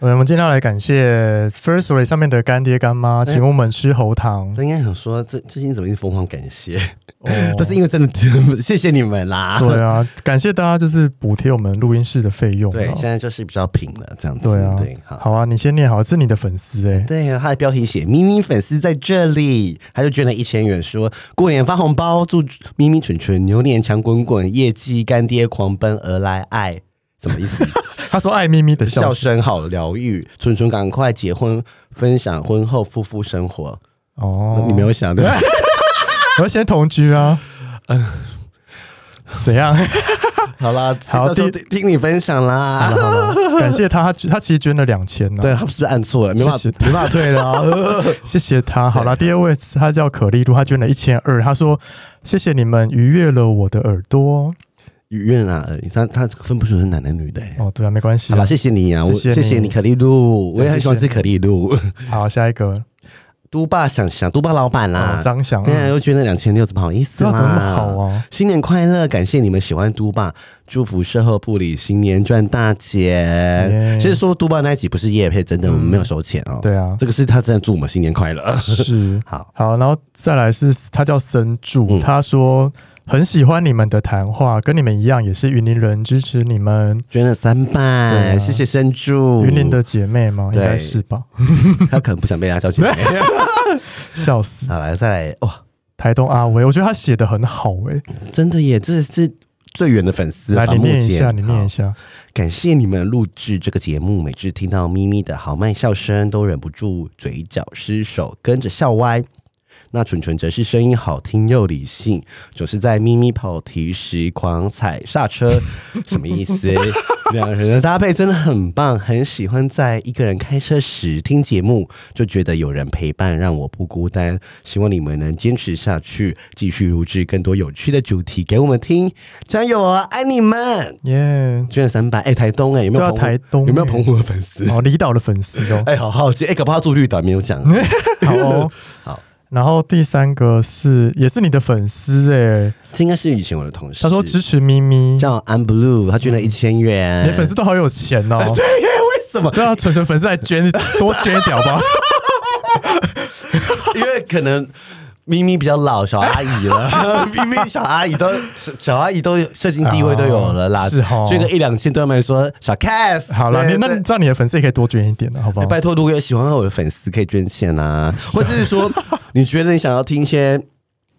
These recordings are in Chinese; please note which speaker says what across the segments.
Speaker 1: 嗯，我们今天要来感谢 First Story 上面的干爹干妈，请我们吃喉糖。
Speaker 2: 他应该想说，这最近怎么一直疯狂感谢？
Speaker 1: 哦
Speaker 2: 但是因为真的，谢谢你们啦。
Speaker 1: 对啊，感谢大家就是补贴我们录音室的费用啊。
Speaker 2: 对，现在就是比较平了，这样子。
Speaker 1: 对啊，
Speaker 2: 对，好。
Speaker 1: 好啊，你先念好，这是你的粉丝哎、
Speaker 2: 对，他的标题写“咪咪粉丝在这里”，他就捐了一千元说，过年发红包，祝咪咪蠢蠢牛年强滚滚，业绩干爹狂奔而来爱，什么意思？
Speaker 1: 他说爱咪咪的笑
Speaker 2: 笑
Speaker 1: 声
Speaker 2: 声好疗愈，蠢蠢赶快结婚，分享婚后夫妇生活。
Speaker 1: 哦，
Speaker 2: 你没有想对 吧？
Speaker 1: 我要先同居 啊，怎样？
Speaker 2: 好啦，
Speaker 1: 好
Speaker 2: 到时候
Speaker 1: 第
Speaker 2: 听听你分享啦。
Speaker 1: 好 了感谢他，他他其实捐了两千呢。
Speaker 2: 对，他是不是按错了？没办
Speaker 1: 谢
Speaker 2: 法
Speaker 1: 谢，
Speaker 2: 没办法退了 哦。
Speaker 1: 谢谢他。好啦，第二位他叫可丽露，他捐了一千二。他说：“谢谢你们愉悦了我的耳朵。
Speaker 2: 语院啊，呃他他分不出是男的女的、”欸。
Speaker 1: 哦，对啊，没关系
Speaker 2: 好
Speaker 1: 啊。
Speaker 2: 了，谢谢你啊，我
Speaker 1: 谢谢
Speaker 2: 谢
Speaker 1: 你
Speaker 2: 谢你可丽露，我也很喜欢
Speaker 1: 谢谢
Speaker 2: 吃可 丽露。
Speaker 1: 好，下一个
Speaker 2: 都爸想想，都爸老板啦
Speaker 1: 哦，，张翔，
Speaker 2: 对啊，
Speaker 1: 嗯
Speaker 2: 又捐了两千六，怎么好意思
Speaker 1: 不知道
Speaker 2: 啦？
Speaker 1: 怎么那么好啊？
Speaker 2: 新年快乐！感谢你们喜欢都爸，祝福售后部里新年赚大
Speaker 1: 耶
Speaker 2: 钱。其实说都爸那一集不是叶配，真的我们没有收钱哦。
Speaker 1: 对啊
Speaker 2: 这个是他真的祝我们新年快 乐。
Speaker 1: 是
Speaker 2: 好，
Speaker 1: 好，然后再来是他叫森柱，
Speaker 2: 嗯
Speaker 1: 他说很喜欢你们的谈话，跟你们一样也是云林人，支持你们
Speaker 2: 捐了三
Speaker 1: 对啊
Speaker 2: 百，谢谢生柱。
Speaker 1: 云林的姐妹吗？应
Speaker 2: 哦对
Speaker 1: 该是吧？
Speaker 2: 他可能不想被 他叫姐妹。
Speaker 1: 笑死！
Speaker 2: 好来，再来哇，
Speaker 1: 台东阿威，我觉得他写的很好哎、
Speaker 2: 真的耶，这是最远的粉丝了
Speaker 1: 来
Speaker 2: 吧。
Speaker 1: 你念一下，
Speaker 2: 目前
Speaker 1: 你念一
Speaker 2: 好
Speaker 1: 下。
Speaker 2: 感谢你们录制这个节目，每次听到咪咪的豪迈笑声，都忍不住嘴角失手跟着笑歪。那蠢蠢则是声音好听又理性，总是在咪咪跑题时狂踩刹车，什么意思？两人的搭配真的很棒，很喜欢在一个人开车时听节目，就觉得有人陪伴，让我不孤单。希望你们能坚持下去，继续录制更多有趣的主题给我们听，加油哦，爱你们！
Speaker 1: 耶、
Speaker 2: 捐了三百，哎，台东哎、有没
Speaker 1: 对
Speaker 2: 有
Speaker 1: 啊
Speaker 2: 澎湖
Speaker 1: 台东
Speaker 2: 有没有
Speaker 1: 哎
Speaker 2: 澎湖的粉丝？
Speaker 1: 哦，离岛的粉丝哦，
Speaker 2: 哎、好好奇，哎、搞不好他住绿岛没有讲、啊，
Speaker 1: 好哦，
Speaker 2: 好。
Speaker 1: 然后第三个是也是你的粉丝哎、
Speaker 2: 这应该是以前我的同事。
Speaker 1: 他说支持咪咪，
Speaker 2: 叫 An Blue，他捐了一千元。
Speaker 1: 你的粉 丝都好有钱
Speaker 2: 哎
Speaker 1: 哦。
Speaker 2: 为什么？
Speaker 1: 对啊，纯纯粉丝还捐多捐一点好不 好？
Speaker 2: 因为可能咪咪比较老，小阿姨 了，咪咪小阿姨都小小阿姨都社经地位都有了啦，
Speaker 1: 哦是哦
Speaker 2: 所以那一两千对他们来说小 case。
Speaker 1: 好了，
Speaker 2: 对
Speaker 1: 你那
Speaker 2: 对
Speaker 1: 你知道你的粉丝也可以多捐一点的，好不好
Speaker 2: 欸？拜托，如果有喜欢我的粉丝，可以捐 钱啊，或者是说你觉得你想要听一些，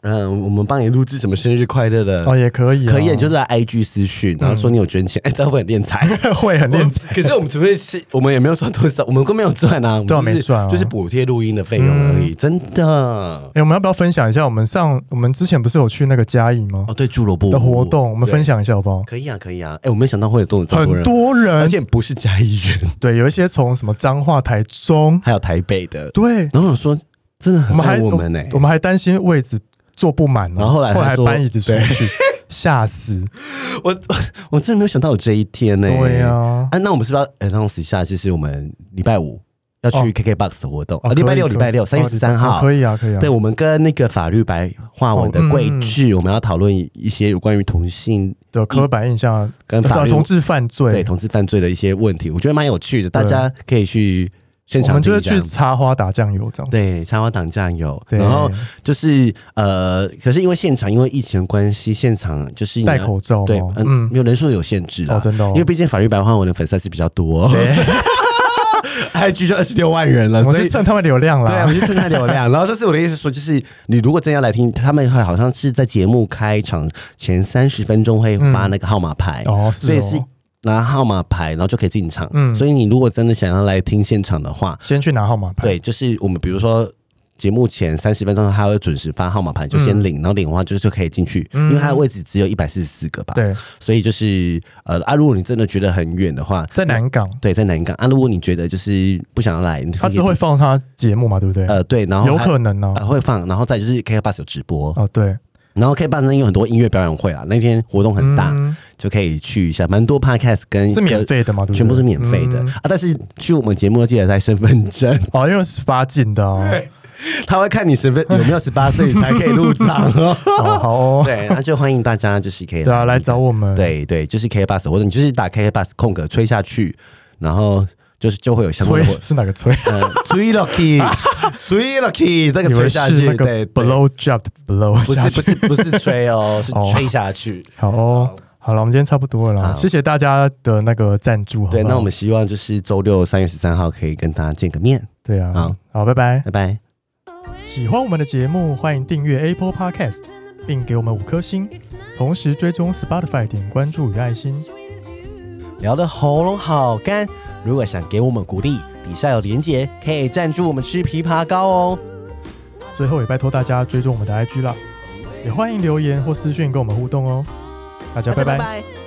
Speaker 2: 嗯、我们帮你录制什么生日快乐的
Speaker 1: 哦，也可以啊，嗯
Speaker 2: 可以，就是来 IG 私讯，然后说你有捐钱，哎、 这样会很敛财。
Speaker 1: 会很练才。
Speaker 2: 可是我们准备是，我们也没有赚多少，我们都没有赚啊，我 们
Speaker 1: 对啊
Speaker 2: 就是
Speaker 1: 没赚啊嗯
Speaker 2: 就是补贴录音的费用而已，真的。
Speaker 1: 哎、我们要不要分享一下？我们上我们之前不是有去那个嘉义吗？
Speaker 2: 哦，对，猪萝卜
Speaker 1: 的活动，我们
Speaker 2: 对
Speaker 1: 分享一下好不好？
Speaker 2: 可以啊，可以啊，哎、我没想到会有多这么
Speaker 1: 很
Speaker 2: 人，
Speaker 1: 多
Speaker 2: 而
Speaker 1: 人，
Speaker 2: 且不是嘉义人，
Speaker 1: 对，有一些从什么彰化、台 中，
Speaker 2: 还有台北的，
Speaker 1: 对，
Speaker 2: 然后我说真的
Speaker 1: 我
Speaker 2: 很
Speaker 1: 们还
Speaker 2: 爱我们哎呢、
Speaker 1: 我们还担心位置坐不满呢、
Speaker 2: 然后后来
Speaker 1: 后
Speaker 2: 他
Speaker 1: 来还
Speaker 2: 说
Speaker 1: 搬椅子出去，吓 死！
Speaker 2: 我我真的没有想到有这一天呢、
Speaker 1: 对呀、啊，
Speaker 2: 啊，那我们是不是要 announce 一下？就是我们礼拜五要去
Speaker 1: 哦
Speaker 2: KKBOX 的活动，
Speaker 1: 哦
Speaker 2: 啊，礼拜六，
Speaker 1: 可以
Speaker 2: 礼拜六，三月十三号、
Speaker 1: 哦可以啊，可以啊，哦嗯
Speaker 2: 对，我们跟那个法律白话文的桂智，我们要讨论一些有关于同性
Speaker 1: 的刻板印象
Speaker 2: 跟法
Speaker 1: 呃
Speaker 2: 律
Speaker 1: 同志犯
Speaker 2: 对
Speaker 1: 罪，
Speaker 2: 同志犯罪的一些问题，我觉得蛮有趣的，大家可以去现
Speaker 1: 我
Speaker 2: 场
Speaker 1: 们就
Speaker 2: 听
Speaker 1: 是
Speaker 2: 一下
Speaker 1: 去插花打酱油这样。
Speaker 2: 对，插花党酱油，
Speaker 1: 对
Speaker 2: 然后就是呃，可是因为现场因为疫情的关系，现场就是你要
Speaker 1: 戴口罩吗
Speaker 2: 对，嗯，
Speaker 1: 嗯
Speaker 2: 没有人数有限制啦
Speaker 1: 哦真的哦
Speaker 2: 因为毕竟法律白话文的粉丝还是比较多 ，IG 就二十六万人了，
Speaker 1: 我
Speaker 2: 所
Speaker 1: 们
Speaker 2: 以
Speaker 1: 去蹭他们流量
Speaker 2: 对啊，我
Speaker 1: 啦。
Speaker 2: 们就蹭他流 量。然后这是我的意思说，就是你如果真要来听，他们会好像是在节目开场前三十分钟会发那个号码牌，
Speaker 1: 嗯哦，
Speaker 2: 所
Speaker 1: 是
Speaker 2: 以
Speaker 1: 哦，
Speaker 2: 是拿号码牌，然后就可以进场。
Speaker 1: 嗯
Speaker 2: 所以你如果真的想要来听现场的话，
Speaker 1: 先去拿号码牌。
Speaker 2: 对，就是我们比如说。节目前三十分钟，他会准时发号码牌，就
Speaker 1: 嗯
Speaker 2: 先领，然后领的话就是就可以进去，因为他的位置只有一百四十四个吧，，
Speaker 1: 对，
Speaker 2: 所以就是呃啊，如果你真的觉得很远的话，
Speaker 1: 在南港，
Speaker 2: 对，在南港啊，如果你觉得就是不想要来，你可以
Speaker 1: 他只会放他节目嘛，对不对？
Speaker 2: 呃对，然后
Speaker 1: 有
Speaker 2: 还
Speaker 1: 可能呢。哦
Speaker 2: 啊，会放，然后再就是 KK Bus 有直播，
Speaker 1: 哦，对，
Speaker 2: 然后 K 八那有很多音乐表演会啊，那天活动很大，
Speaker 1: 嗯
Speaker 2: 就可以去一下，蛮多 podcast 跟
Speaker 1: 是免费的吗？对不对
Speaker 2: 全部是免费的、
Speaker 1: 嗯
Speaker 2: 啊。但是去我们节目要记得带身份证，
Speaker 1: 哦，因为十八禁的哦。
Speaker 2: 他会看你身份有没有十八岁才可以入场哦。
Speaker 1: 哦好哦，
Speaker 2: 对，那就欢迎大家就是可以
Speaker 1: 对啊，来找我们。，
Speaker 2: 对对，就是 K bus 或者你就是打 K bus 空格吹下去，然后就是就会有相关
Speaker 1: 催
Speaker 2: 的活。
Speaker 1: 是哪个催？
Speaker 2: 呃，吹 lucky，吹 lucky，这个
Speaker 1: 以
Speaker 2: 吹
Speaker 1: 为
Speaker 2: 下去，
Speaker 1: 是那
Speaker 2: 对
Speaker 1: 个
Speaker 2: 对
Speaker 1: blow job 的 blow
Speaker 2: 不
Speaker 1: 下
Speaker 2: 是
Speaker 1: 去
Speaker 2: 不是不是吹 哦，是
Speaker 1: 哦
Speaker 2: 吹下去。
Speaker 1: 好哦，好了，我们今天差不多了
Speaker 2: 好
Speaker 1: 啦，谢谢大家的那个赞助。好不
Speaker 2: 对，
Speaker 1: 好
Speaker 2: 那我们希望就是周六三月十三号可以跟大家见个面，
Speaker 1: 对啊，
Speaker 2: 好嗯
Speaker 1: 好，拜拜。
Speaker 2: 拜拜。
Speaker 1: 喜欢我们的节目，欢迎订阅 Apple Podcast，并给我们五颗星，同时追踪 Spotify 点关注与爱心。
Speaker 2: 聊的喉咙好干，如果想给我们鼓励，底下有连结，可以赞助我们吃枇杷膏哦。
Speaker 1: 最后也拜托大家追踪我们的 IG 啦，也欢迎留言或私讯跟我们互动哦。大家
Speaker 2: 大家
Speaker 1: 拜拜
Speaker 2: 拜